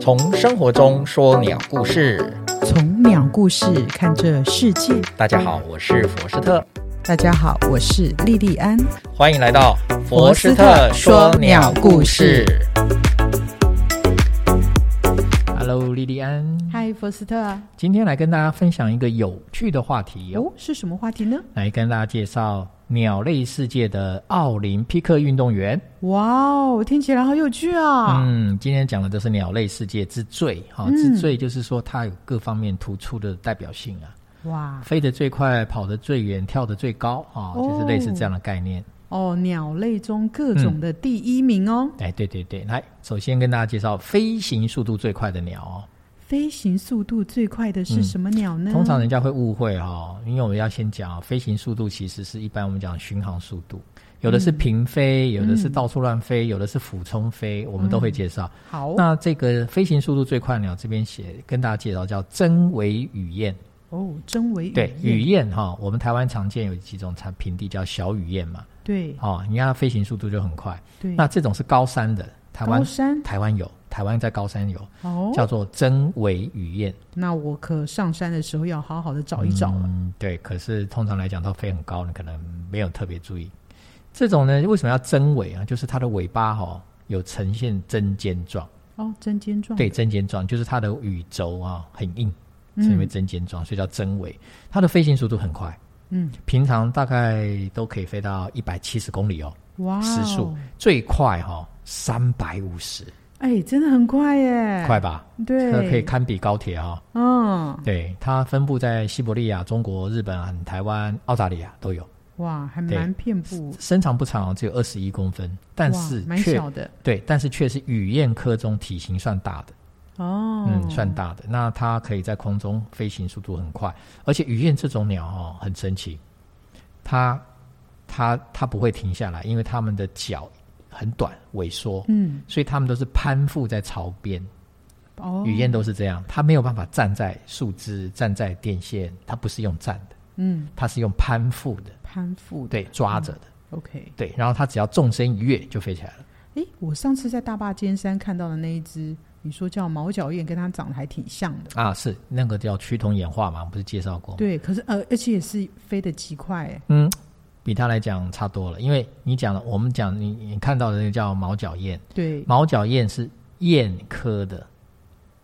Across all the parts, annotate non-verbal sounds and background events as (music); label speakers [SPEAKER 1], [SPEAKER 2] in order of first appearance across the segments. [SPEAKER 1] 从生活中说鸟故事。
[SPEAKER 2] 从鸟故事看这世界。
[SPEAKER 1] 大家好，我是佛斯特，
[SPEAKER 2] 大家好，我是莉莉安。
[SPEAKER 1] 欢迎来到
[SPEAKER 2] 佛斯特说鸟故事。
[SPEAKER 1] Hello，莉莉安，
[SPEAKER 2] 嗨，佛斯特啊，
[SPEAKER 1] 今天来跟大家分享一个有趣的话题哦，
[SPEAKER 2] 哦，是什么话题呢？
[SPEAKER 1] 来跟大家介绍鸟类世界的奥林匹克运动员。
[SPEAKER 2] 哇哦，听起来好有趣啊！
[SPEAKER 1] 嗯，今天讲的就是鸟类世界之最，哈、
[SPEAKER 2] 嗯
[SPEAKER 1] 之最就是说它有各方面突出的代表性啊，
[SPEAKER 2] 哇，
[SPEAKER 1] 飞得最快，跑得最远，跳得最高，哈、
[SPEAKER 2] 哦
[SPEAKER 1] 就是类似这样的概念。
[SPEAKER 2] 哦，鸟类中各种的第一名哦，
[SPEAKER 1] 哎，对对对，来，首先跟大家介绍飞行速度最快的鸟哦。
[SPEAKER 2] 飞行速度最快的是什么鸟呢？
[SPEAKER 1] 通常人家会误会哈、哦，因为我们要先讲、飞行速度，其实是一般我们讲巡航速度，有的是平
[SPEAKER 2] 嗯
[SPEAKER 1] 飞，有的是到处乱飞，有的是俯冲飞，我们都会介绍。
[SPEAKER 2] 好
[SPEAKER 1] 那这个飞行速度最快的鸟这边写跟大家介绍叫真尾雨燕，
[SPEAKER 2] 哦，真尾
[SPEAKER 1] 对雨
[SPEAKER 2] 燕
[SPEAKER 1] 燕哈、我们台湾常见有几种产平地叫小雨燕嘛，
[SPEAKER 2] 对
[SPEAKER 1] 哦，你看它飞行速度就很快。
[SPEAKER 2] 对，
[SPEAKER 1] 那这种是高山的，台湾
[SPEAKER 2] 嗯高山
[SPEAKER 1] 台湾有，台湾在高山有，
[SPEAKER 2] 哦，
[SPEAKER 1] 叫做真尾雨燕。
[SPEAKER 2] 那我可上山的时候要好好的找一找了。
[SPEAKER 1] 嗯，对。可是通常来讲，它飞很高，你可能没有特别注意。这种呢，为什么要真尾啊？就是它的尾巴哦，有呈现针尖状，
[SPEAKER 2] 哦，针尖状，
[SPEAKER 1] 对，，针尖状，就是它的羽轴啊很硬，是因为针尖状，所以叫真尾。它的飞行速度很快，
[SPEAKER 2] 嗯，
[SPEAKER 1] 平常大概都可以飞到一百七十公里哦，
[SPEAKER 2] 哇哦，
[SPEAKER 1] 时速最快哈、哦。三百五十，
[SPEAKER 2] 哎，真的很快耶，
[SPEAKER 1] 快吧？
[SPEAKER 2] 哎对，
[SPEAKER 1] 这个可以堪比高铁哈、哦。
[SPEAKER 2] 嗯，
[SPEAKER 1] 对，它分布在西伯利亚、中国、日本、台湾、澳大利亚都有。
[SPEAKER 2] 哇，还
[SPEAKER 1] 对
[SPEAKER 2] 蛮遍布，
[SPEAKER 1] 身长不长哦，只有二十一公分，但
[SPEAKER 2] 哇
[SPEAKER 1] 是
[SPEAKER 2] 蛮
[SPEAKER 1] 却
[SPEAKER 2] 小的
[SPEAKER 1] 对，但是却是雨燕科中体型算大的，
[SPEAKER 2] 哦，
[SPEAKER 1] 嗯，算大的。那它可以在空中飞行，速度很快，而且雨燕这种鸟哦，很神奇，它它它不会停下来，因为它们的脚很短，萎缩，
[SPEAKER 2] 嗯
[SPEAKER 1] 所以它们都是攀附在巢边。
[SPEAKER 2] 哦，
[SPEAKER 1] 雨燕都是这样，它没有办法站在树枝、站在电线，它不是用站的，
[SPEAKER 2] 嗯
[SPEAKER 1] 它是用攀附的，
[SPEAKER 2] 攀附的
[SPEAKER 1] 对，抓着的，
[SPEAKER 2] ，OK，
[SPEAKER 1] 对。然后它只要纵身一跃就飞起来了。
[SPEAKER 2] 哎，我上次在大坝尖山看到的那一只，你说叫毛脚燕，跟它长得还挺像的，
[SPEAKER 1] 啊，是那个叫趋同演化嘛，我们不是介绍过？，
[SPEAKER 2] 对，可是呃，而且也是飞得极快，哎，
[SPEAKER 1] 嗯，比它来讲差多了，因为你讲了，我们讲你你看到的那个叫毛脚燕，
[SPEAKER 2] 对，
[SPEAKER 1] 毛脚燕是燕科的，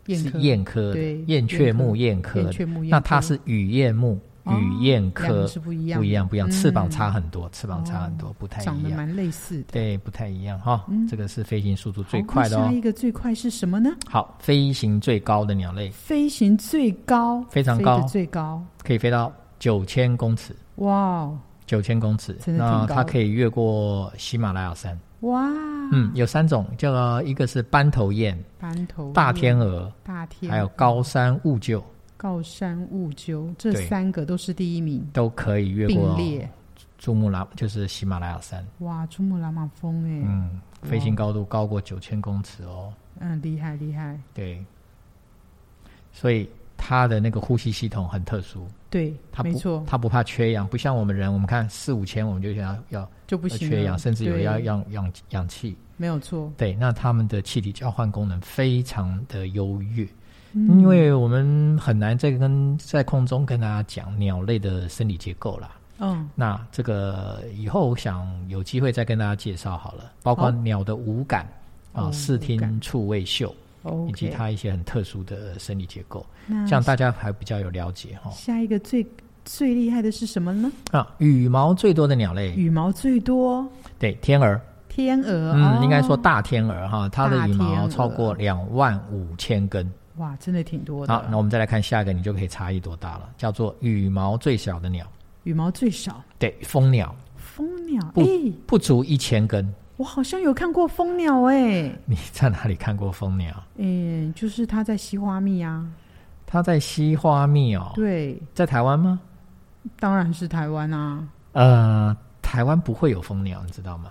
[SPEAKER 2] 燕
[SPEAKER 1] 是
[SPEAKER 2] 科
[SPEAKER 1] 燕科的
[SPEAKER 2] 对，
[SPEAKER 1] 燕雀目燕科
[SPEAKER 2] 燕
[SPEAKER 1] 的，
[SPEAKER 2] 雀目燕科，
[SPEAKER 1] 那它是雨燕目
[SPEAKER 2] 哦
[SPEAKER 1] 雨燕
[SPEAKER 2] 两
[SPEAKER 1] 科
[SPEAKER 2] 个，是不一样，
[SPEAKER 1] 不一样，不一样，翅膀
[SPEAKER 2] 嗯哦
[SPEAKER 1] 差很多，翅膀差很多，不太
[SPEAKER 2] 长
[SPEAKER 1] 一
[SPEAKER 2] 得
[SPEAKER 1] 样，
[SPEAKER 2] 蛮类似的。
[SPEAKER 1] 对，不太一样哈。
[SPEAKER 2] 嗯
[SPEAKER 1] 这个是飞行速度最
[SPEAKER 2] 好那
[SPEAKER 1] 快的
[SPEAKER 2] 下
[SPEAKER 1] 哦
[SPEAKER 2] 一。个最快是什么呢？
[SPEAKER 1] 好，飞行最高的鸟类
[SPEAKER 2] 飞行最高，
[SPEAKER 1] 非常
[SPEAKER 2] 飞
[SPEAKER 1] 高
[SPEAKER 2] 得最高，
[SPEAKER 1] 可以飞到九千公尺。
[SPEAKER 2] 哇哦
[SPEAKER 1] 九千公尺，
[SPEAKER 2] 真的挺
[SPEAKER 1] 那
[SPEAKER 2] 高
[SPEAKER 1] 它
[SPEAKER 2] 的
[SPEAKER 1] 可以越过喜马拉雅山。
[SPEAKER 2] 哇，
[SPEAKER 1] 嗯，有三种，叫做一个是斑头雁、
[SPEAKER 2] 斑头
[SPEAKER 1] 大
[SPEAKER 2] 雁
[SPEAKER 1] 天鹅，
[SPEAKER 2] 大嗯天，
[SPEAKER 1] 还有高山兀鹫，
[SPEAKER 2] 高山兀鹫，这
[SPEAKER 1] 对
[SPEAKER 2] 三个都是第一名，
[SPEAKER 1] 都可以越
[SPEAKER 2] 并
[SPEAKER 1] 过
[SPEAKER 2] 列。
[SPEAKER 1] 珠穆朗，就是喜马拉雅山。
[SPEAKER 2] 哇，珠穆朗玛峰哎、
[SPEAKER 1] 嗯，飞行高度高过九千公尺哦。
[SPEAKER 2] 嗯，厉害厉害，
[SPEAKER 1] 对，所以它的那个呼吸系统很特殊，
[SPEAKER 2] 对
[SPEAKER 1] 它，
[SPEAKER 2] 没
[SPEAKER 1] 不
[SPEAKER 2] 错，
[SPEAKER 1] 它不怕缺氧，不像我们人，我们看四五千我们就想要要
[SPEAKER 2] 就不
[SPEAKER 1] 要
[SPEAKER 2] 行
[SPEAKER 1] 缺
[SPEAKER 2] 了
[SPEAKER 1] 氧，甚至有的
[SPEAKER 2] 对
[SPEAKER 1] 要氧氧氧气。
[SPEAKER 2] 没有错，
[SPEAKER 1] 对，那它们的气体交换功能非常的优越。
[SPEAKER 2] 嗯
[SPEAKER 1] 因为我们很难再跟在空中跟大家讲鸟类的生理结构啦。
[SPEAKER 2] 嗯
[SPEAKER 1] 那这个以后我想有机会再跟大家介绍好了，包括
[SPEAKER 2] 好
[SPEAKER 1] 鸟的五感啊、
[SPEAKER 2] 哦
[SPEAKER 1] 视
[SPEAKER 2] 五
[SPEAKER 1] 听、
[SPEAKER 2] 感
[SPEAKER 1] 触、味、嗅，以及
[SPEAKER 2] ，OK，嗯
[SPEAKER 1] 它一些很特殊的生理结构，
[SPEAKER 2] 那
[SPEAKER 1] 这样大家还比较有了解哈、
[SPEAKER 2] 下一个最最厉害的是什么呢？
[SPEAKER 1] 啊，羽毛最多的鸟类，
[SPEAKER 2] 羽毛最多，
[SPEAKER 1] 对，天鹅，
[SPEAKER 2] 天鹅，
[SPEAKER 1] 嗯，
[SPEAKER 2] 哦
[SPEAKER 1] 应该说大天鹅哈，它的
[SPEAKER 2] 大
[SPEAKER 1] 羽
[SPEAKER 2] 天
[SPEAKER 1] 毛
[SPEAKER 2] 鹅
[SPEAKER 1] 超过两万五千根。
[SPEAKER 2] 哇，真的挺多
[SPEAKER 1] 好，那
[SPEAKER 2] 的，
[SPEAKER 1] 我们再来看下一个，你就可以差异多大了，叫做羽毛最小的鸟，
[SPEAKER 2] 羽毛最少，
[SPEAKER 1] 对，蜂鸟。
[SPEAKER 2] 蜂鸟，
[SPEAKER 1] 不
[SPEAKER 2] 哎、
[SPEAKER 1] 不足一千根。
[SPEAKER 2] 我好像有看过蜂鸟、哎，
[SPEAKER 1] 你在哪里看过蜂鸟？
[SPEAKER 2] 嗯，就是它在西花蜜啊，
[SPEAKER 1] 它在西花蜜哦，
[SPEAKER 2] 对，
[SPEAKER 1] 在台湾吗？
[SPEAKER 2] 当然是台湾啊。
[SPEAKER 1] 呃，台湾不会有蜂鸟，你知道吗？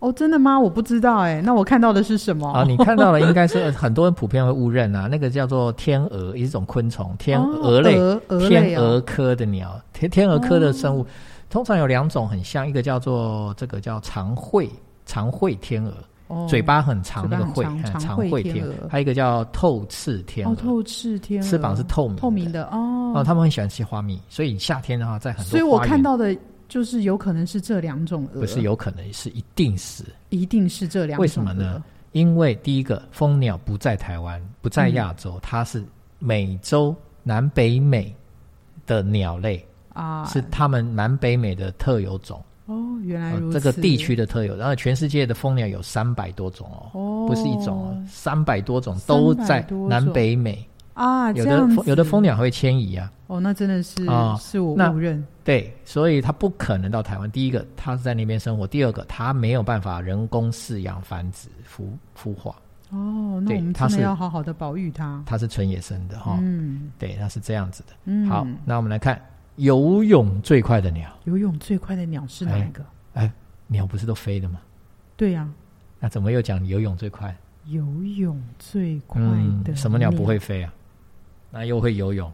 [SPEAKER 2] 哦，真的吗？我不知道哎、那我看到的是什么？
[SPEAKER 1] 啊，你看到了，应该是很多人普遍会误认啊，那个叫做天鹅，一种昆虫，天
[SPEAKER 2] 哦
[SPEAKER 1] 鹅类，
[SPEAKER 2] 鹅鹅类
[SPEAKER 1] 天
[SPEAKER 2] 哦
[SPEAKER 1] 鹅科的鸟，天天鹅科的生物，通常有两种很像，一个叫做这个叫长喙长喙天鹅，
[SPEAKER 2] 哦，
[SPEAKER 1] 嘴巴很长，
[SPEAKER 2] 嘴
[SPEAKER 1] 那
[SPEAKER 2] 巴
[SPEAKER 1] 个
[SPEAKER 2] 很
[SPEAKER 1] 喙，
[SPEAKER 2] 长
[SPEAKER 1] 嗯
[SPEAKER 2] 长
[SPEAKER 1] 长
[SPEAKER 2] 喙
[SPEAKER 1] 喙
[SPEAKER 2] 天
[SPEAKER 1] 天
[SPEAKER 2] 鹅
[SPEAKER 1] 还有一个叫透刺天鹅，
[SPEAKER 2] 哦，透视天鹅，
[SPEAKER 1] 翅膀是透明
[SPEAKER 2] 透明
[SPEAKER 1] 的。
[SPEAKER 2] 的哦。
[SPEAKER 1] 哦，他们很喜欢吃花蜜，所以夏天的话，在很多
[SPEAKER 2] 所以我
[SPEAKER 1] 花园
[SPEAKER 2] 看到的就是有可能是这两种鹅，
[SPEAKER 1] 不是有可能是一定是，
[SPEAKER 2] 一定是这两种。
[SPEAKER 1] 为什么呢？因为第一个蜂鸟不在台湾，不在亚洲，
[SPEAKER 2] 嗯
[SPEAKER 1] 它是美洲、南北美的鸟类，
[SPEAKER 2] 啊，
[SPEAKER 1] 是它们南北美的特有种，
[SPEAKER 2] 哦，原来
[SPEAKER 1] 呃
[SPEAKER 2] 如
[SPEAKER 1] 这
[SPEAKER 2] 此。
[SPEAKER 1] 个地区的特有。然后全世界的蜂鸟有三百多种哦，
[SPEAKER 2] 哦，
[SPEAKER 1] 不是一种哦，三百多种都在
[SPEAKER 2] 300多种
[SPEAKER 1] 南北美，
[SPEAKER 2] 啊，
[SPEAKER 1] 有
[SPEAKER 2] 这
[SPEAKER 1] 的
[SPEAKER 2] 样
[SPEAKER 1] 蜂有的
[SPEAKER 2] 子
[SPEAKER 1] 蜂鸟还会迁移啊。
[SPEAKER 2] 哦，那真的是
[SPEAKER 1] 啊
[SPEAKER 2] 是我
[SPEAKER 1] 那
[SPEAKER 2] 误认
[SPEAKER 1] 对，所以它不可能到台湾。第一个，它是在那边生活；第二个，它没有办法人工饲养、繁殖、孵孵化，
[SPEAKER 2] 哦。那
[SPEAKER 1] 对
[SPEAKER 2] 我们
[SPEAKER 1] 它
[SPEAKER 2] 真的
[SPEAKER 1] 是
[SPEAKER 2] 要好好的保育它。
[SPEAKER 1] 它是纯野生的哈、
[SPEAKER 2] 嗯
[SPEAKER 1] 对，它是这样子的。
[SPEAKER 2] 嗯，
[SPEAKER 1] 好，那我们来看游泳最快的鸟，
[SPEAKER 2] 游泳最快的鸟是哪一个？
[SPEAKER 1] 哎鸟不是都飞的吗？
[SPEAKER 2] 对啊呀、
[SPEAKER 1] 那怎么又讲游泳最快？嗯
[SPEAKER 2] 游泳最快的、
[SPEAKER 1] 什么鸟不？会飞啊？那又会游泳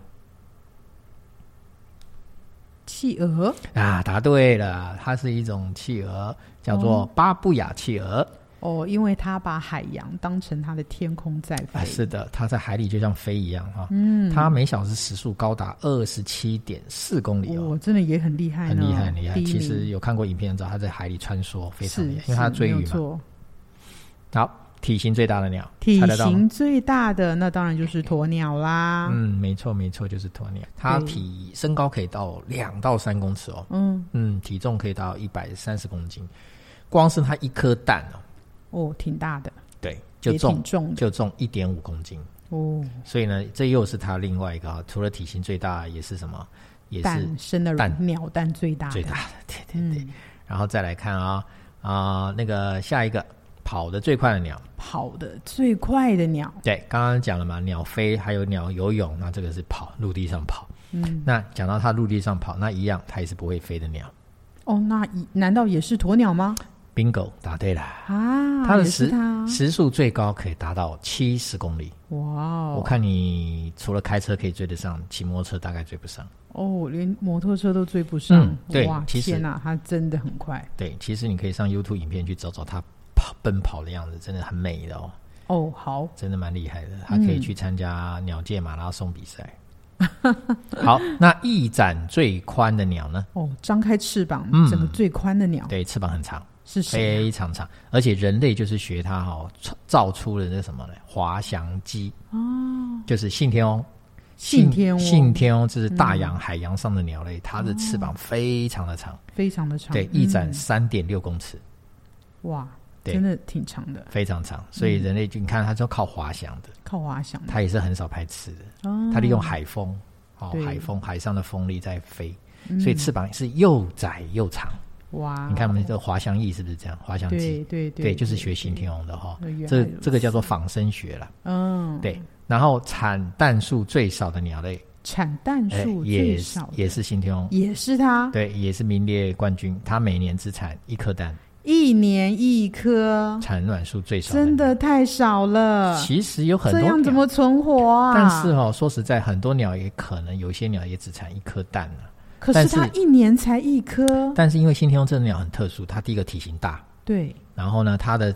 [SPEAKER 2] 企鹅
[SPEAKER 1] 啊？答对了，它是一种企鹅，叫做巴布亚企鹅。
[SPEAKER 2] 哦，因为它把海洋当成它的天空在飞。
[SPEAKER 1] 啊，是的，它在海里就像飞一样哈、
[SPEAKER 2] 嗯，
[SPEAKER 1] 它每小时时速高达二十七点四公里哦，
[SPEAKER 2] 我、真的也很厉害
[SPEAKER 1] 很
[SPEAKER 2] 呢，
[SPEAKER 1] 厉害，很厉害。
[SPEAKER 2] 第一
[SPEAKER 1] 其实
[SPEAKER 2] 名
[SPEAKER 1] 有看过影片的知道，它在海里穿梭，非常
[SPEAKER 2] 哦是
[SPEAKER 1] 厉害，因为它
[SPEAKER 2] 是
[SPEAKER 1] 追
[SPEAKER 2] 没
[SPEAKER 1] 鱼
[SPEAKER 2] 有
[SPEAKER 1] 嘛。
[SPEAKER 2] 错
[SPEAKER 1] 好，体型最大的鸟，
[SPEAKER 2] 体
[SPEAKER 1] 猜得到吗
[SPEAKER 2] 型最大的那当然就是鸵鸟啦。
[SPEAKER 1] 嗯，没错没错，就是鸵鸟。它
[SPEAKER 2] 对
[SPEAKER 1] 体身高可以到两到三公尺哦，
[SPEAKER 2] 嗯，
[SPEAKER 1] 嗯，体重可以到一百三十公斤，光是它一颗蛋哦，
[SPEAKER 2] 哦，挺大的，
[SPEAKER 1] 对，就
[SPEAKER 2] 也
[SPEAKER 1] 重
[SPEAKER 2] 挺重的
[SPEAKER 1] 就重一点五公斤。
[SPEAKER 2] 哦。
[SPEAKER 1] 所以呢，这又是它另外一个啊，除了体型最大，也是什么，也是
[SPEAKER 2] 蛋生的
[SPEAKER 1] 蛋
[SPEAKER 2] 鸟蛋最大的，
[SPEAKER 1] 最大的，对对对。
[SPEAKER 2] 嗯，
[SPEAKER 1] 然后再来看啊、啊、那个下一个跑得最快的鸟，
[SPEAKER 2] 跑的最快的鸟，
[SPEAKER 1] 对，刚刚讲了嘛，鸟飞还有鸟游泳，那这个是跑，陆地上跑。
[SPEAKER 2] 嗯，
[SPEAKER 1] 那讲到它陆地上跑，那一样它也是不会飞的鸟。
[SPEAKER 2] 哦，那一难道也是鸵鸟吗？
[SPEAKER 1] bingo，答对了，
[SPEAKER 2] 啊，
[SPEAKER 1] 它的
[SPEAKER 2] 也是
[SPEAKER 1] 时
[SPEAKER 2] 它，
[SPEAKER 1] 时速最高可以达到七十公里。
[SPEAKER 2] 哇
[SPEAKER 1] 我
[SPEAKER 2] 哦，
[SPEAKER 1] 看你除了开车可以追得上，骑摩托车大概追不上。
[SPEAKER 2] 哦，连摩托车都追不上，
[SPEAKER 1] 嗯对
[SPEAKER 2] 哇，
[SPEAKER 1] 其实
[SPEAKER 2] 天哪，它真的很快，
[SPEAKER 1] 对，其实你可以上 YouTube 影片去找找它跑奔跑的样子，真的很美的哦，
[SPEAKER 2] 哦，好，
[SPEAKER 1] 真的蛮厉害的。它可以
[SPEAKER 2] 嗯
[SPEAKER 1] 去参加鸟界马拉松比赛。 (laughs) 好，那翼展最宽的鸟呢？
[SPEAKER 2] 哦，张开翅膀，
[SPEAKER 1] 嗯
[SPEAKER 2] 整个最宽的鸟
[SPEAKER 1] 对，哎翅膀很长，
[SPEAKER 2] 是啊谁？
[SPEAKER 1] 非常长，而且人类就是学它哦，创造出了那什么呢？滑翔机哦，就是信天翁。
[SPEAKER 2] 信天翁，嗯
[SPEAKER 1] 信天翁这是大洋、海洋上的鸟类，它的翅膀非常的长，
[SPEAKER 2] 非常哦的长，
[SPEAKER 1] 对，翼展三点六公尺，
[SPEAKER 2] 嗯，哇，
[SPEAKER 1] 对
[SPEAKER 2] 真的挺长的，
[SPEAKER 1] 非常长。所以
[SPEAKER 2] 嗯
[SPEAKER 1] 人类就你看，它都靠滑翔的，
[SPEAKER 2] 靠滑翔的，
[SPEAKER 1] 它也是很少拍吃的，
[SPEAKER 2] 哦
[SPEAKER 1] 它利用海风哦，
[SPEAKER 2] 对嗯
[SPEAKER 1] 海风海上的风力在飞，所以翅膀是又窄又长。
[SPEAKER 2] 哇，
[SPEAKER 1] 你看我们这个滑翔翼是不是这样？滑翔
[SPEAKER 2] 啊对
[SPEAKER 1] 机
[SPEAKER 2] 对
[SPEAKER 1] 对，就是学信天翁的哈、
[SPEAKER 2] 哦原来
[SPEAKER 1] 这
[SPEAKER 2] 如
[SPEAKER 1] 这个叫做仿生学了。
[SPEAKER 2] 嗯，
[SPEAKER 1] 对，然后产蛋数最少的鸟类，
[SPEAKER 2] 产蛋
[SPEAKER 1] 哎
[SPEAKER 2] 数最
[SPEAKER 1] 也是
[SPEAKER 2] 少的
[SPEAKER 1] 也是信天翁，
[SPEAKER 2] 也是它，
[SPEAKER 1] 对，也是名列冠军。它每年只产一颗蛋，
[SPEAKER 2] 一年一颗，
[SPEAKER 1] 产卵数最少。
[SPEAKER 2] 啊真的，太少了，
[SPEAKER 1] 其实有很
[SPEAKER 2] 这
[SPEAKER 1] 多
[SPEAKER 2] 样怎
[SPEAKER 1] 鸟，
[SPEAKER 2] 么存活啊？
[SPEAKER 1] 但是，哦，说实在，很多鸟也可能有一些鸟也只产一颗蛋啊呢、
[SPEAKER 2] 可
[SPEAKER 1] 但
[SPEAKER 2] 是
[SPEAKER 1] 是
[SPEAKER 2] 它一年才一颗，
[SPEAKER 1] 但是因为信天翁这种鸟很特殊，它第一个体型大，
[SPEAKER 2] 对，
[SPEAKER 1] 然后呢，它的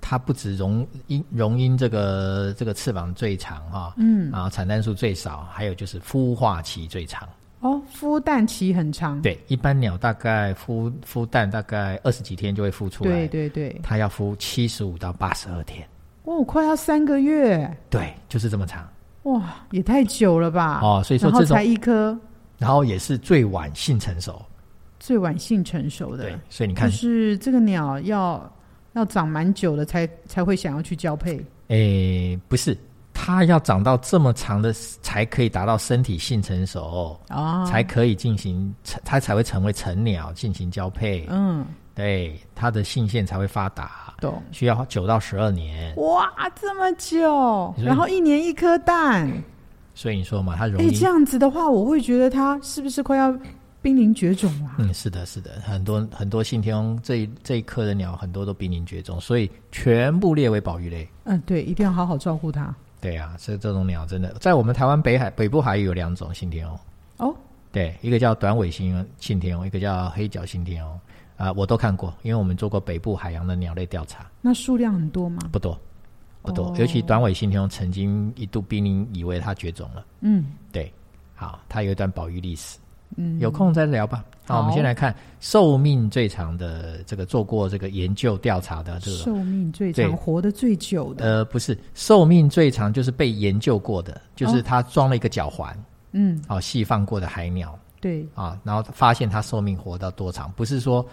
[SPEAKER 1] 它不止容因容因这个这个翅膀最长哈、
[SPEAKER 2] 嗯，
[SPEAKER 1] 啊，产蛋数最少，还有就是孵化期最长。
[SPEAKER 2] 哦，孵蛋期很长，
[SPEAKER 1] 对，一般鸟大概孵孵蛋大概二十几天就会孵出来，
[SPEAKER 2] 对对对，
[SPEAKER 1] 它要孵七十五到八十二天，
[SPEAKER 2] 哦，快要三个月，
[SPEAKER 1] 对，就是这么长、
[SPEAKER 2] 哇，也太久了吧？
[SPEAKER 1] 哦。所以说
[SPEAKER 2] 啊然后
[SPEAKER 1] 这种
[SPEAKER 2] 才，一颗，
[SPEAKER 1] 然后也是最晚性成熟，
[SPEAKER 2] 最晚性成熟
[SPEAKER 1] 对
[SPEAKER 2] 的，，
[SPEAKER 1] 所以你
[SPEAKER 2] 就
[SPEAKER 1] 看，
[SPEAKER 2] 是这个鸟要要长蛮久的才才会想要去交配，
[SPEAKER 1] 诶，不是。它要长到这么长的，才可以达到身体性成熟、
[SPEAKER 2] 啊，
[SPEAKER 1] 才可以进行成，它才会成为成鸟进行交配，
[SPEAKER 2] 嗯
[SPEAKER 1] 对，它的性腺才会发达，
[SPEAKER 2] 懂。
[SPEAKER 1] 需要九到十二年。
[SPEAKER 2] 哇，这么久，
[SPEAKER 1] 你说
[SPEAKER 2] 然后一年一颗蛋，
[SPEAKER 1] 所以你说嘛，它容
[SPEAKER 2] 哎，
[SPEAKER 1] 易
[SPEAKER 2] 这，样子的话，我会觉得它是不是快要濒临绝种啦、
[SPEAKER 1] 嗯，是的，是的，很多很多信天翁这一这一科的鸟很多都濒临绝种，所以全部列为保育类。
[SPEAKER 2] 嗯，对，一定要好好照顾它。
[SPEAKER 1] 对啊，所以这种鸟真的在我们台湾北海北部海域有两种信天翁，
[SPEAKER 2] 哦，
[SPEAKER 1] 对，一个叫短尾信信天翁，一个叫黑脚信天翁。啊、我都看过，因为我们做过北部海洋的鸟类调查，
[SPEAKER 2] 那数量很多吗？
[SPEAKER 1] 不多，不多，
[SPEAKER 2] 哦
[SPEAKER 1] 尤其短尾信天翁曾经一度濒临以为它绝种了。
[SPEAKER 2] 嗯
[SPEAKER 1] 对，好，它有一段保育历史，
[SPEAKER 2] 嗯，
[SPEAKER 1] 有空再聊吧。好，我们
[SPEAKER 2] 好
[SPEAKER 1] 先来看寿命最长的这个做过这个研究调查的这个，
[SPEAKER 2] 寿命最
[SPEAKER 1] 对
[SPEAKER 2] 长、活得最久的，
[SPEAKER 1] 呃，不是寿命最长就是被研究过的，就是
[SPEAKER 2] 哦
[SPEAKER 1] 它装了一个脚环，
[SPEAKER 2] 嗯，
[SPEAKER 1] 哦，细放过的海鸟
[SPEAKER 2] 对，
[SPEAKER 1] 啊，然后发现它寿命活到多长，不是说，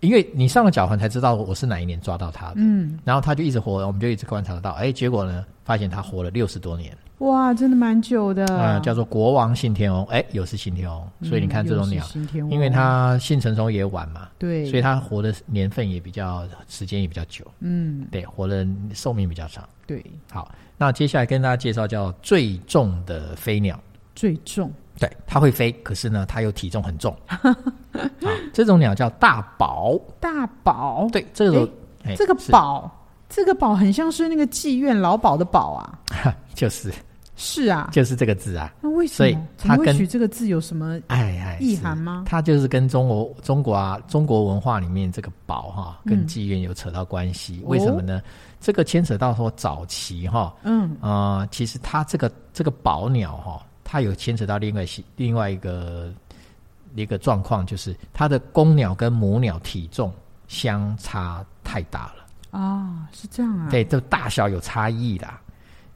[SPEAKER 1] 因为你上了脚环才知道我是哪一年抓到它的，
[SPEAKER 2] 嗯，
[SPEAKER 1] 然后它就一直活，我们就一直观察到，哎，结果呢，发现它活了六十多年，
[SPEAKER 2] 哇，真的蛮久的，
[SPEAKER 1] 啊，叫做国王信天翁，哎，又是信天翁，
[SPEAKER 2] 嗯
[SPEAKER 1] 所以你看这种鸟，
[SPEAKER 2] 鸟
[SPEAKER 1] 因为它性成熟也晚嘛，
[SPEAKER 2] 对，
[SPEAKER 1] 所以它活的年份也比较，时间也比较久，
[SPEAKER 2] 嗯，
[SPEAKER 1] 对，活的寿命比较长。
[SPEAKER 2] 对，
[SPEAKER 1] 好，那接下来跟大家介绍叫最重的飞鸟。
[SPEAKER 2] 最重
[SPEAKER 1] 对，它会飞，可是呢，它又体重很
[SPEAKER 2] (laughs)
[SPEAKER 1] 重。啊，这种鸟叫大宝。
[SPEAKER 2] 大宝，
[SPEAKER 1] 对，这种哎
[SPEAKER 2] 这个
[SPEAKER 1] 是
[SPEAKER 2] 宝，这个宝很像是那个妓院老鸨的宝啊，
[SPEAKER 1] 哎就是
[SPEAKER 2] 是啊，
[SPEAKER 1] 就是这个字啊，
[SPEAKER 2] 那为
[SPEAKER 1] 所
[SPEAKER 2] 什
[SPEAKER 1] 以
[SPEAKER 2] 么怎
[SPEAKER 1] 它
[SPEAKER 2] 么会
[SPEAKER 1] 跟
[SPEAKER 2] 取这个字有什么
[SPEAKER 1] 哎哎，
[SPEAKER 2] 意
[SPEAKER 1] 是
[SPEAKER 2] 涵吗？
[SPEAKER 1] 它就是跟中国中国啊中国文化里面这个宝哈、跟
[SPEAKER 2] 嗯
[SPEAKER 1] 妓院有扯到关系，
[SPEAKER 2] 哦
[SPEAKER 1] 为什么呢？这个牵扯到说早期哈、
[SPEAKER 2] 嗯，
[SPEAKER 1] 啊，呃，其实它这个这个宝鸟哈、它有牵扯到另外一另外一个一个状况，就是它的公鸟跟母鸟体重相差太大了。
[SPEAKER 2] 啊，是这样啊，，
[SPEAKER 1] 对，就大小有差异啦。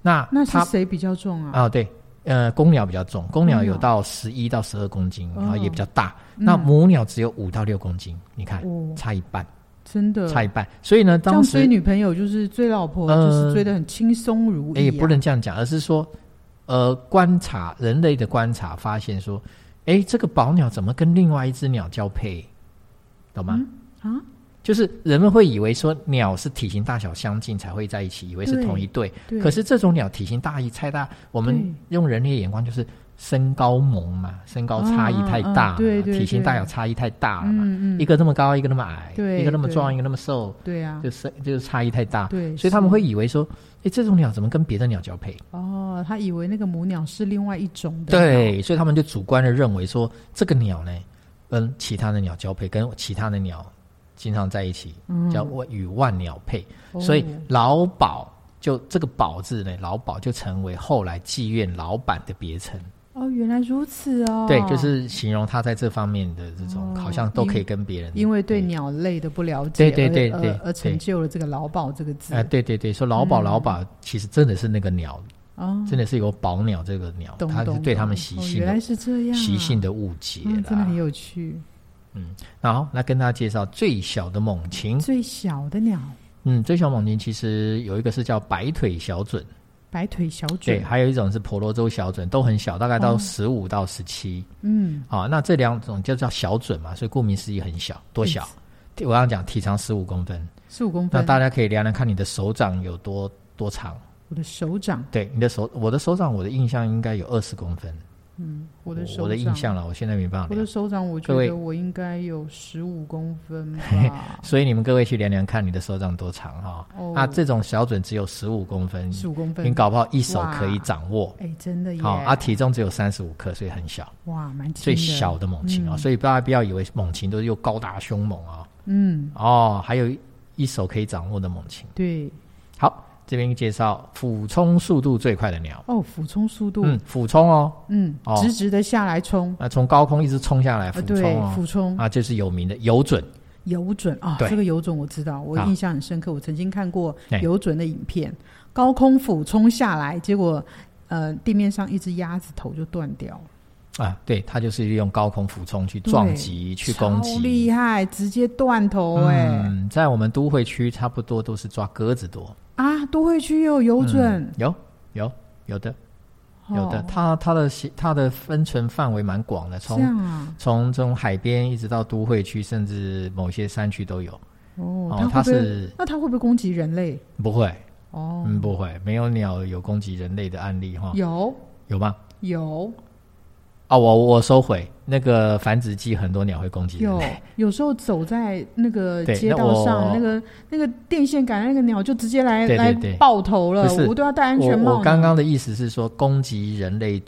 [SPEAKER 1] 那
[SPEAKER 2] 那是
[SPEAKER 1] 它
[SPEAKER 2] 谁比较重啊？
[SPEAKER 1] 啊、对，呃，公鸟比较重，公鸟
[SPEAKER 2] 公
[SPEAKER 1] 有
[SPEAKER 2] 鸟哦
[SPEAKER 1] 到十一到十二公斤，然后也比较大。
[SPEAKER 2] 嗯
[SPEAKER 1] 那母鸟只有五到六公斤，你看
[SPEAKER 2] 哦，
[SPEAKER 1] 差一半，
[SPEAKER 2] 真的，
[SPEAKER 1] 差一半。所以呢，
[SPEAKER 2] 这
[SPEAKER 1] 啊
[SPEAKER 2] 样
[SPEAKER 1] 当
[SPEAKER 2] 追
[SPEAKER 1] 时
[SPEAKER 2] 女朋友就是追老婆，
[SPEAKER 1] 呃
[SPEAKER 2] 就是追的很轻松如意、啊
[SPEAKER 1] 也不能这样讲，而是说，呃，观察人类的观察发现说，哎，这个宝鸟怎么跟另外一只鸟交配，懂吗？
[SPEAKER 2] 啊，
[SPEAKER 1] 就是人们会以为说鸟是体型大小相近才会在一起，以为是
[SPEAKER 2] 对
[SPEAKER 1] 同一对，
[SPEAKER 2] 对，啊
[SPEAKER 1] 可是这种鸟体型大异太大，我们
[SPEAKER 2] 对
[SPEAKER 1] 用人类的眼光就是身高萌嘛，身高差异太大嘛，
[SPEAKER 2] 嗯嗯嗯对对
[SPEAKER 1] 体型大
[SPEAKER 2] 对
[SPEAKER 1] 小差异太大了嘛，
[SPEAKER 2] 嗯嗯，
[SPEAKER 1] 一个那么高，一个那么矮，
[SPEAKER 2] 对
[SPEAKER 1] 一个那么
[SPEAKER 2] 对
[SPEAKER 1] 壮，一个那么瘦，
[SPEAKER 2] 对啊，
[SPEAKER 1] 就是就是差异太大，
[SPEAKER 2] 对，
[SPEAKER 1] 所以他们
[SPEAKER 2] 是
[SPEAKER 1] 会以为说，哎，这种鸟怎么跟别的鸟交配？
[SPEAKER 2] 哦，他以为那个母鸟是另外一种的，，
[SPEAKER 1] 对，所以他们就主观的认为说，这个鸟呢，跟其他的鸟交配，跟其他的鸟经常在一起，
[SPEAKER 2] 嗯
[SPEAKER 1] 叫万与万鸟配，
[SPEAKER 2] 哦
[SPEAKER 1] 所以老鸨就这个“鸨”字呢，老鸨就成为后来妓院老板的别称。
[SPEAKER 2] 哦，原来如此哦，
[SPEAKER 1] 对，就是形容他在这方面的这种，
[SPEAKER 2] 哦
[SPEAKER 1] 好像都可以跟别人
[SPEAKER 2] 因为对鸟类的不了
[SPEAKER 1] 对
[SPEAKER 2] 解，
[SPEAKER 1] 对对
[SPEAKER 2] 而
[SPEAKER 1] 对
[SPEAKER 2] 而而成就了这个“劳保”这个字
[SPEAKER 1] 哎、对对对，说老鸨
[SPEAKER 2] 嗯
[SPEAKER 1] 老鸨，其实真的是那个鸟，
[SPEAKER 2] 哦，
[SPEAKER 1] 真的是有鸨鸟这个鸟，
[SPEAKER 2] 懂
[SPEAKER 1] 它是
[SPEAKER 2] 懂，
[SPEAKER 1] 对他们
[SPEAKER 2] 懂
[SPEAKER 1] 习
[SPEAKER 2] 哦
[SPEAKER 1] 性
[SPEAKER 2] 原
[SPEAKER 1] 的、
[SPEAKER 2] 来是这样啊，
[SPEAKER 1] 习性的啊误解
[SPEAKER 2] 嗯，真的
[SPEAKER 1] 啦
[SPEAKER 2] 很。有趣。
[SPEAKER 1] 然后来跟大家介绍最小的猛禽，
[SPEAKER 2] 最小的鸟，
[SPEAKER 1] 嗯，最小猛禽其实有一个是叫白腿小隼，
[SPEAKER 2] 白腿小
[SPEAKER 1] 对，啊
[SPEAKER 2] 隼，
[SPEAKER 1] 还有一种是婆罗洲小隼，都很小，大概到
[SPEAKER 2] 哦
[SPEAKER 1] 十五到十七、
[SPEAKER 2] 嗯，
[SPEAKER 1] 啊，那这两种就叫小准嘛，所以顾名思义很小，多小？我刚刚讲体长十五公分，
[SPEAKER 2] 十五公
[SPEAKER 1] 那
[SPEAKER 2] 分，
[SPEAKER 1] 大家可以量量看你的手掌有多多长。
[SPEAKER 2] 我的手掌，
[SPEAKER 1] 对，你的手，我的手掌，我的印象应该有二十公分。
[SPEAKER 2] 嗯，我的手掌，
[SPEAKER 1] 我的印象了，我现在没办法
[SPEAKER 2] 我
[SPEAKER 1] 量
[SPEAKER 2] 的。手掌，我觉
[SPEAKER 1] 各位
[SPEAKER 2] 得我应该有十五公
[SPEAKER 1] (laughs)。
[SPEAKER 2] 分吧
[SPEAKER 1] 所以你们各位去量量看你的手掌多长哈、
[SPEAKER 2] 哦，
[SPEAKER 1] 那啊这种小准只有十五公分，
[SPEAKER 2] 十五公
[SPEAKER 1] 你
[SPEAKER 2] 分，
[SPEAKER 1] 搞不好一手可以掌握。
[SPEAKER 2] 哎，真的耶！
[SPEAKER 1] 好、啊，体重只有三十五克，所以很小，
[SPEAKER 2] 哇，蛮轻
[SPEAKER 1] 最
[SPEAKER 2] 的
[SPEAKER 1] 小，的猛禽啊、
[SPEAKER 2] 嗯
[SPEAKER 1] 所以大家不要以为猛禽都是又高大凶猛啊、
[SPEAKER 2] 嗯，
[SPEAKER 1] 哦，还有一手可以掌握的猛禽。
[SPEAKER 2] 对，
[SPEAKER 1] 好，这边介绍俯冲速度最快的鸟。
[SPEAKER 2] 哦，俯冲速度，
[SPEAKER 1] 嗯，俯冲哦，
[SPEAKER 2] 嗯
[SPEAKER 1] 哦，
[SPEAKER 2] 直直的下来冲，
[SPEAKER 1] 那从高空一直冲下来，俯
[SPEAKER 2] 呃，
[SPEAKER 1] 冲
[SPEAKER 2] 对，
[SPEAKER 1] 哦，
[SPEAKER 2] 俯冲，
[SPEAKER 1] 啊，就是有名的游隼。
[SPEAKER 2] 游准啊，
[SPEAKER 1] 对
[SPEAKER 2] 这个游准我知道，我
[SPEAKER 1] 啊
[SPEAKER 2] 印象很深刻，我曾经看过
[SPEAKER 1] 哎
[SPEAKER 2] 游准的影片，高空俯冲下来，结果呃，地面上一只鸭子头就断掉了，
[SPEAKER 1] 啊，对，它就是利用高空俯冲去撞击、去攻
[SPEAKER 2] 超厉
[SPEAKER 1] 击。
[SPEAKER 2] 害，直接断头哎
[SPEAKER 1] 嗯，在我们都会区差不多都是抓鸽子多。
[SPEAKER 2] 啊，都会区有游准
[SPEAKER 1] 嗯，有有有的嗯有的，
[SPEAKER 2] 哦
[SPEAKER 1] 它它的它的分存范围蛮广的，
[SPEAKER 2] 这
[SPEAKER 1] 从
[SPEAKER 2] 样啊，
[SPEAKER 1] 从这种海边一直到都会区，甚至某些山区都有。
[SPEAKER 2] 哦，
[SPEAKER 1] 哦
[SPEAKER 2] 它，
[SPEAKER 1] 它
[SPEAKER 2] 会不会？
[SPEAKER 1] 是
[SPEAKER 2] 那它会不会攻击人类？
[SPEAKER 1] 不会，
[SPEAKER 2] 哦，
[SPEAKER 1] 嗯，哦不会，没有鸟有攻击人类的案例哈，
[SPEAKER 2] 有
[SPEAKER 1] 有吗？
[SPEAKER 2] 有
[SPEAKER 1] 啊，我我收回，那个繁殖季很多鸟会攻击人
[SPEAKER 2] 有
[SPEAKER 1] 类，，
[SPEAKER 2] 有时候走在那个
[SPEAKER 1] 嗯对
[SPEAKER 2] 街
[SPEAKER 1] 那
[SPEAKER 2] 道上，
[SPEAKER 1] 我
[SPEAKER 2] 那个那个电线杆那个鸟就直接来
[SPEAKER 1] 对对对
[SPEAKER 2] 来爆头了
[SPEAKER 1] 不是，
[SPEAKER 2] 我都要戴安
[SPEAKER 1] 我
[SPEAKER 2] 全帽呢。
[SPEAKER 1] 我刚刚的意思是说，攻击人类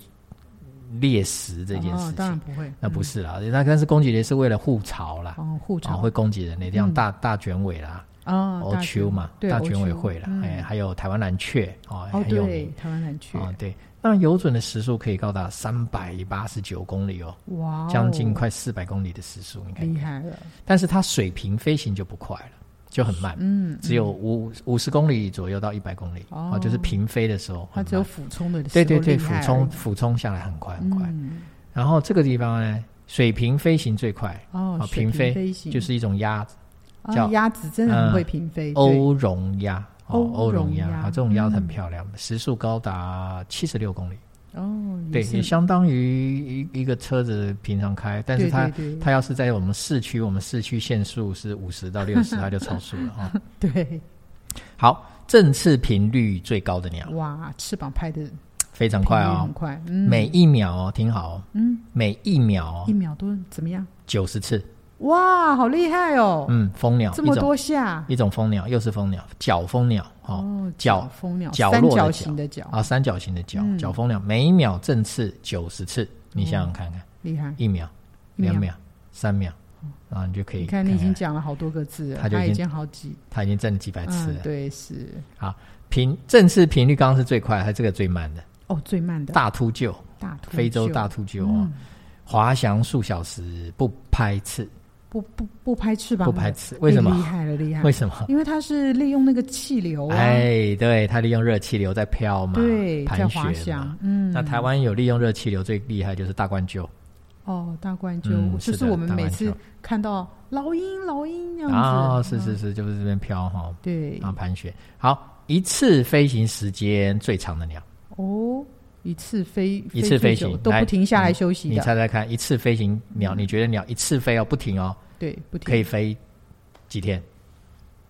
[SPEAKER 1] 猎食这件事
[SPEAKER 2] 哦，
[SPEAKER 1] 情。
[SPEAKER 2] 当然不会，
[SPEAKER 1] 那不是啦，那、但是攻击雷是为了护巢啦，
[SPEAKER 2] 哦，护
[SPEAKER 1] 啊、
[SPEAKER 2] 巢
[SPEAKER 1] 会攻击人类，像大、大卷尾啦、
[SPEAKER 2] 啊，
[SPEAKER 1] 欧
[SPEAKER 2] 大
[SPEAKER 1] 秋嘛，
[SPEAKER 2] 对
[SPEAKER 1] 大
[SPEAKER 2] 欧
[SPEAKER 1] 卷尾
[SPEAKER 2] 秋
[SPEAKER 1] 会啦，
[SPEAKER 2] 嗯
[SPEAKER 1] 哎、还有台湾蓝雀啊、
[SPEAKER 2] 哦，
[SPEAKER 1] 很有
[SPEAKER 2] 对
[SPEAKER 1] 名，
[SPEAKER 2] 台湾蓝雀，
[SPEAKER 1] 啊、对。那游准的时速可以高达三百八十九公里哦，
[SPEAKER 2] 哇哦，
[SPEAKER 1] 将近快四百公里的时速，你看
[SPEAKER 2] 厉，害了，
[SPEAKER 1] 但是它水平飞行就不快了，就很慢，
[SPEAKER 2] 嗯，
[SPEAKER 1] 只有五五十公里左右到一百公里，
[SPEAKER 2] 哦
[SPEAKER 1] 啊，就是平飞的时候
[SPEAKER 2] 它
[SPEAKER 1] 很
[SPEAKER 2] 只有
[SPEAKER 1] 慢，
[SPEAKER 2] 俯冲的时候
[SPEAKER 1] 对对对，
[SPEAKER 2] 厉
[SPEAKER 1] 俯
[SPEAKER 2] 害
[SPEAKER 1] 冲俯冲下来很快很快。
[SPEAKER 2] 嗯
[SPEAKER 1] 然后这个地方呢，水平飞行最快，
[SPEAKER 2] 哦
[SPEAKER 1] 啊，
[SPEAKER 2] 水
[SPEAKER 1] 平飞
[SPEAKER 2] 飞行
[SPEAKER 1] 就是一种鸭
[SPEAKER 2] 啊
[SPEAKER 1] 叫嗯
[SPEAKER 2] 鸭子真的很会平飞，对，
[SPEAKER 1] 欧容鸭，哦
[SPEAKER 2] 欧
[SPEAKER 1] 欧容
[SPEAKER 2] 容
[SPEAKER 1] 鸭
[SPEAKER 2] 鸭嗯
[SPEAKER 1] 啊，这种鸭很漂亮，时速高达七十六公里，
[SPEAKER 2] 哦，
[SPEAKER 1] 对，也
[SPEAKER 2] 是，
[SPEAKER 1] 相当于一一个车子平常开，但是
[SPEAKER 2] 对
[SPEAKER 1] 它
[SPEAKER 2] 对对
[SPEAKER 1] 它要是在我们市区，我们市区限速是五十到六十，它就超速了啊。
[SPEAKER 2] 对，
[SPEAKER 1] 好，振翅频率最高的鸟，
[SPEAKER 2] 哇，翅膀拍的
[SPEAKER 1] 非常快哦
[SPEAKER 2] 很，快，嗯，
[SPEAKER 1] 每一秒哦，听好哦，
[SPEAKER 2] 嗯
[SPEAKER 1] 每一秒哦
[SPEAKER 2] 一秒多怎么样？
[SPEAKER 1] 九十次，
[SPEAKER 2] 哇，好厉害哦，
[SPEAKER 1] 嗯，蜂鸟
[SPEAKER 2] 这
[SPEAKER 1] 一
[SPEAKER 2] 么
[SPEAKER 1] 种
[SPEAKER 2] 多下
[SPEAKER 1] 一种蜂鸟，又是蜂鸟，角蜂鸟哦。
[SPEAKER 2] 哦，
[SPEAKER 1] 角
[SPEAKER 2] 蜂鸟
[SPEAKER 1] 角
[SPEAKER 2] 三
[SPEAKER 1] 落的
[SPEAKER 2] 角
[SPEAKER 1] 角
[SPEAKER 2] 形的角，
[SPEAKER 1] 啊，三角形的角
[SPEAKER 2] 嗯
[SPEAKER 1] 角蜂鸟，每秒振翅九十次，你想想看看，
[SPEAKER 2] 厉害，
[SPEAKER 1] 一秒、
[SPEAKER 2] 嗯一秒嗯
[SPEAKER 1] 两秒、三秒，然后你就可以
[SPEAKER 2] 你看你已经
[SPEAKER 1] 看
[SPEAKER 2] 讲了好多个字了，
[SPEAKER 1] 它就已
[SPEAKER 2] 它已
[SPEAKER 1] 经
[SPEAKER 2] 经好几，
[SPEAKER 1] 它已经振了几百次
[SPEAKER 2] 嗯，
[SPEAKER 1] 了。
[SPEAKER 2] 对，是
[SPEAKER 1] 频振翅频率刚刚是最快，它这个最慢的，
[SPEAKER 2] 哦，最慢的
[SPEAKER 1] 大秃鹫，
[SPEAKER 2] 大秃
[SPEAKER 1] 非洲
[SPEAKER 2] 鹫嗯
[SPEAKER 1] 大秃鹫哦，滑翔数小时不拍翅，
[SPEAKER 2] 不不不拍翅膀
[SPEAKER 1] 不
[SPEAKER 2] 的，
[SPEAKER 1] 拍翅，为什
[SPEAKER 2] 哎厉
[SPEAKER 1] 么？
[SPEAKER 2] 害了，厉害
[SPEAKER 1] 为，什么？
[SPEAKER 2] 因为它是利用那个气流啊，
[SPEAKER 1] 哎，对，它利用热气流在飘嘛，
[SPEAKER 2] 对，在
[SPEAKER 1] 盘
[SPEAKER 2] 滑
[SPEAKER 1] 旋啊嘛
[SPEAKER 2] 翔。，嗯，
[SPEAKER 1] 那台湾有利用热气流最厉害就是大冠鹫，
[SPEAKER 2] 哦，大冠鹫、
[SPEAKER 1] 嗯
[SPEAKER 2] 就是是
[SPEAKER 1] 的
[SPEAKER 2] 我们
[SPEAKER 1] 大
[SPEAKER 2] 每
[SPEAKER 1] 冠
[SPEAKER 2] 次
[SPEAKER 1] 鹫
[SPEAKER 2] 看到老鹰老鹰这样子
[SPEAKER 1] 啊，是
[SPEAKER 2] 嗯
[SPEAKER 1] 是是，就是这边飘哈，
[SPEAKER 2] 对
[SPEAKER 1] 啊，盘旋。好，一次飞行时间最长的鸟，
[SPEAKER 2] 哦，一次飞
[SPEAKER 1] 一次
[SPEAKER 2] 最
[SPEAKER 1] 飞
[SPEAKER 2] 久
[SPEAKER 1] 行
[SPEAKER 2] 都
[SPEAKER 1] 来嗯
[SPEAKER 2] 不停下来休息
[SPEAKER 1] 你
[SPEAKER 2] 的，嗯
[SPEAKER 1] 猜猜看，一次飞行鸟，你觉得鸟一次飞哦，不停哦，
[SPEAKER 2] 对，不停
[SPEAKER 1] 可以飞几天？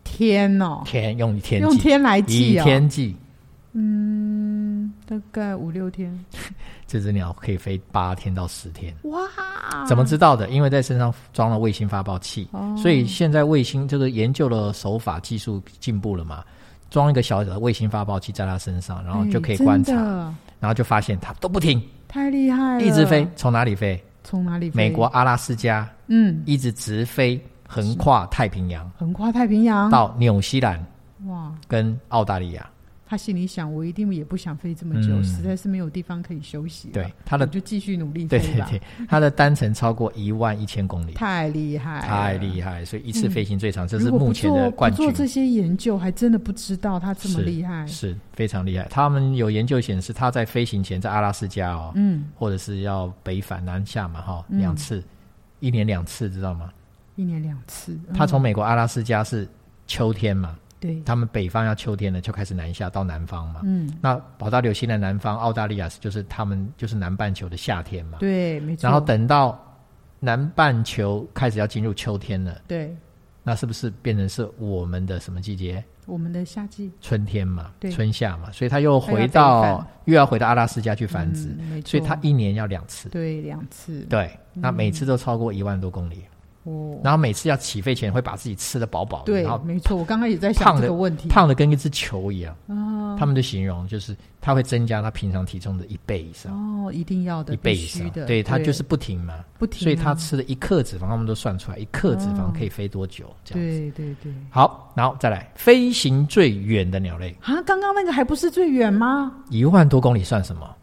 [SPEAKER 2] 天哦，
[SPEAKER 1] 天用天
[SPEAKER 2] 用
[SPEAKER 1] 计，
[SPEAKER 2] 天来
[SPEAKER 1] 以
[SPEAKER 2] 计哦，
[SPEAKER 1] 天计，
[SPEAKER 2] 大概五六天，
[SPEAKER 1] 这只鸟可以飞八天到十天。
[SPEAKER 2] 哇，
[SPEAKER 1] 怎么知道的？因为在身上装了卫星发报器，
[SPEAKER 2] 啊哦
[SPEAKER 1] 所以现在卫星这个研究的手法技术进步了嘛，装一个小小的卫星发报器在它身上，然后就可以
[SPEAKER 2] 哎
[SPEAKER 1] 观察，
[SPEAKER 2] 真的
[SPEAKER 1] 然后就发现它都不停，
[SPEAKER 2] 太厉害了，
[SPEAKER 1] 一直飞，，从哪里飞？
[SPEAKER 2] 从哪里飞？
[SPEAKER 1] 美国，阿拉斯加，
[SPEAKER 2] 嗯，
[SPEAKER 1] 一直直飞，横跨太平洋
[SPEAKER 2] 横跨太平洋，
[SPEAKER 1] 到纽西兰
[SPEAKER 2] 哇，
[SPEAKER 1] 跟澳大利
[SPEAKER 2] 哎
[SPEAKER 1] 亚。
[SPEAKER 2] 他心里想，我一定也不想飞这么久，
[SPEAKER 1] 嗯
[SPEAKER 2] 实在是没有地方可以休息了，
[SPEAKER 1] 对，它的
[SPEAKER 2] 我就继续努力
[SPEAKER 1] 对
[SPEAKER 2] 飞吧。
[SPEAKER 1] 对对，它的单程超过一万一千公里，
[SPEAKER 2] 太厉害，
[SPEAKER 1] 太厉
[SPEAKER 2] 害！
[SPEAKER 1] 害，所以一次飞行最长，这
[SPEAKER 2] 如
[SPEAKER 1] 是
[SPEAKER 2] 果不
[SPEAKER 1] 目前的
[SPEAKER 2] 做
[SPEAKER 1] 冠
[SPEAKER 2] 不做
[SPEAKER 1] 军，
[SPEAKER 2] 这些研究，还真的不知道他这么
[SPEAKER 1] 是
[SPEAKER 2] 厉害。
[SPEAKER 1] 是非常厉害。他们有研究显示，它在飞行前在阿拉斯加哦，
[SPEAKER 2] 嗯，
[SPEAKER 1] 或者是要北返南下嘛，哈，
[SPEAKER 2] 嗯
[SPEAKER 1] 两次，一年两次，知道吗？
[SPEAKER 2] 一年两次，嗯
[SPEAKER 1] 他从美国阿拉斯加是秋天嘛，
[SPEAKER 2] 对，
[SPEAKER 1] 他们北方要秋天了，就开始南下到南方嘛。
[SPEAKER 2] 嗯，
[SPEAKER 1] 那跑到纽西兰南方，澳大利亚就是他们就是南半球的夏天嘛。
[SPEAKER 2] 对，没错。
[SPEAKER 1] 然后等到南半球开始要进入秋天了，
[SPEAKER 2] 对
[SPEAKER 1] 那是不是变成是我们的什么季节？
[SPEAKER 2] 我们的夏季
[SPEAKER 1] 春天嘛，
[SPEAKER 2] 对
[SPEAKER 1] 春夏嘛，所以它又
[SPEAKER 2] 它要
[SPEAKER 1] 回
[SPEAKER 2] 再
[SPEAKER 1] 到
[SPEAKER 2] 返
[SPEAKER 1] 又要回到阿拉斯加去繁殖，
[SPEAKER 2] 嗯没错
[SPEAKER 1] 所以它一年要两次。
[SPEAKER 2] 对嗯两次，
[SPEAKER 1] 对，那每次都超过一万多公里，
[SPEAKER 2] 哦，
[SPEAKER 1] 然后每次要起飞前会把自己吃的饱饱的，
[SPEAKER 2] 对
[SPEAKER 1] 然，后
[SPEAKER 2] 没错。我刚刚也在
[SPEAKER 1] 胖
[SPEAKER 2] 想
[SPEAKER 1] 的
[SPEAKER 2] 这个问题，
[SPEAKER 1] 胖的跟一只球一样。
[SPEAKER 2] 啊，
[SPEAKER 1] 他们的形容就是它会增加它平常体重的一倍以上，
[SPEAKER 2] 哦，一定要的，
[SPEAKER 1] 一倍
[SPEAKER 2] 必
[SPEAKER 1] 以
[SPEAKER 2] 须
[SPEAKER 1] 上。
[SPEAKER 2] 的，
[SPEAKER 1] 对，它就是不停嘛。
[SPEAKER 2] 不停啊，
[SPEAKER 1] 所以他吃的一克脂肪，他们都算出来一克脂肪
[SPEAKER 2] 哦
[SPEAKER 1] 可以飞多久，这样子。
[SPEAKER 2] 对对对。
[SPEAKER 1] 好，然后再来，飞行最远的鸟类，
[SPEAKER 2] 啊，刚刚那个还不是最远吗？
[SPEAKER 1] 一万多公里算什么？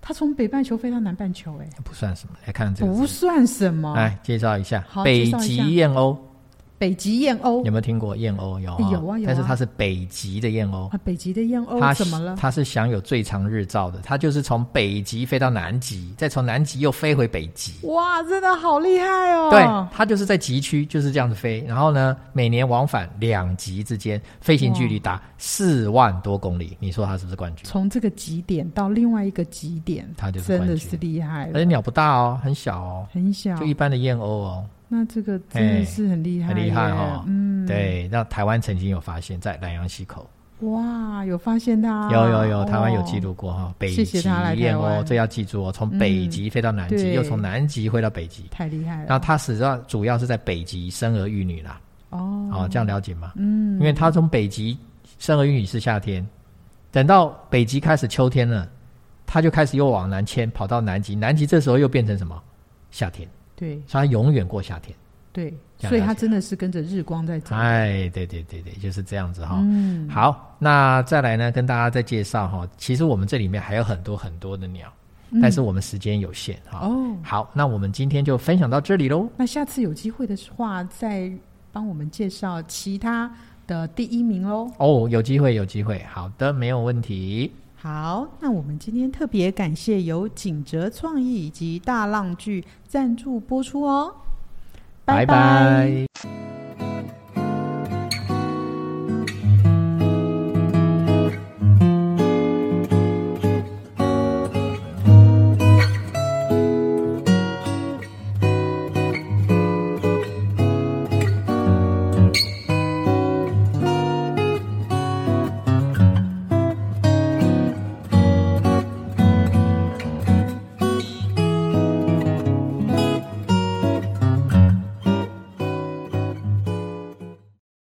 [SPEAKER 2] 他从北半球飞到南半球、哎，
[SPEAKER 1] 不算什么。来看这个哎字，
[SPEAKER 2] 不算什么。
[SPEAKER 1] 来介绍一下
[SPEAKER 2] 哦好
[SPEAKER 1] 北
[SPEAKER 2] 介绍一下
[SPEAKER 1] 极燕鸥，
[SPEAKER 2] 北极燕鸥
[SPEAKER 1] 有没有听过燕鸥？有哈
[SPEAKER 2] 有啊有啊
[SPEAKER 1] 但是它是北极的燕鸥，
[SPEAKER 2] 啊，北极的燕
[SPEAKER 1] 它
[SPEAKER 2] 鸥怎么了？
[SPEAKER 1] 它是享有最长日照的，它就是从北极飞到南极，再从南极又飞回北极。
[SPEAKER 2] 哇，真的好厉害哦！
[SPEAKER 1] 对，它就是在极区就是这样子飞，然后呢，每年往返两极之间，飞行距离达四万多公里，你说它是不是冠军？
[SPEAKER 2] 从这个极点到另外一个极点，
[SPEAKER 1] 它就是
[SPEAKER 2] 真
[SPEAKER 1] 冠
[SPEAKER 2] 的
[SPEAKER 1] 军
[SPEAKER 2] 是厉害
[SPEAKER 1] 而
[SPEAKER 2] 了，
[SPEAKER 1] 且鸟不大哦，很小哦，
[SPEAKER 2] 很小
[SPEAKER 1] 就。一般的燕鸥哦。
[SPEAKER 2] 那这个真的是很厉害耶，
[SPEAKER 1] 哎很厉害哦
[SPEAKER 2] 嗯，，
[SPEAKER 1] 对，那台湾曾经有发现，在南洋溪口
[SPEAKER 2] 哇，有发现哦它？
[SPEAKER 1] 有有有，台湾有记
[SPEAKER 2] 录。
[SPEAKER 1] 录过哈，北
[SPEAKER 2] 哦谢谢
[SPEAKER 1] 极
[SPEAKER 2] 他来台
[SPEAKER 1] 燕鸥，
[SPEAKER 2] 湾嗯
[SPEAKER 1] 这要记住哦，从北极飞到南极，
[SPEAKER 2] 对
[SPEAKER 1] 又从南极飞到北极。
[SPEAKER 2] 太厉害
[SPEAKER 1] 那
[SPEAKER 2] 了！
[SPEAKER 1] 它实际上主要是在北极生儿育女啦，
[SPEAKER 2] 哦，
[SPEAKER 1] 哦，这样了解吗？
[SPEAKER 2] 嗯
[SPEAKER 1] 因，为它从北极生儿育女是夏天，等到北极开始秋天了，它就开始又往南迁，跑到南极。南极这时候又变成什么？夏天，
[SPEAKER 2] 对
[SPEAKER 1] 所以它永远过夏天。
[SPEAKER 2] 对，
[SPEAKER 1] 这样
[SPEAKER 2] 所以
[SPEAKER 1] 了
[SPEAKER 2] 它
[SPEAKER 1] 解
[SPEAKER 2] 真的是跟着日光在走。
[SPEAKER 1] 哎，对对对对，就是这样子哈、
[SPEAKER 2] 嗯，
[SPEAKER 1] 好，那再来呢，跟大家再介绍哈、其实我们这里面还有很多很多的鸟，
[SPEAKER 2] 嗯
[SPEAKER 1] 但是我们时间有限哈、
[SPEAKER 2] 哦，
[SPEAKER 1] 好，那我们今天就分享到这里喽。
[SPEAKER 2] 那下次有机会的话，再帮我们介绍其他的第一名喽。
[SPEAKER 1] 哦，有机会，有机会，好的，没有问题。
[SPEAKER 2] 好，那我们今天特别感谢由景哲创意以及大浪剧赞助播出哦，
[SPEAKER 1] 拜拜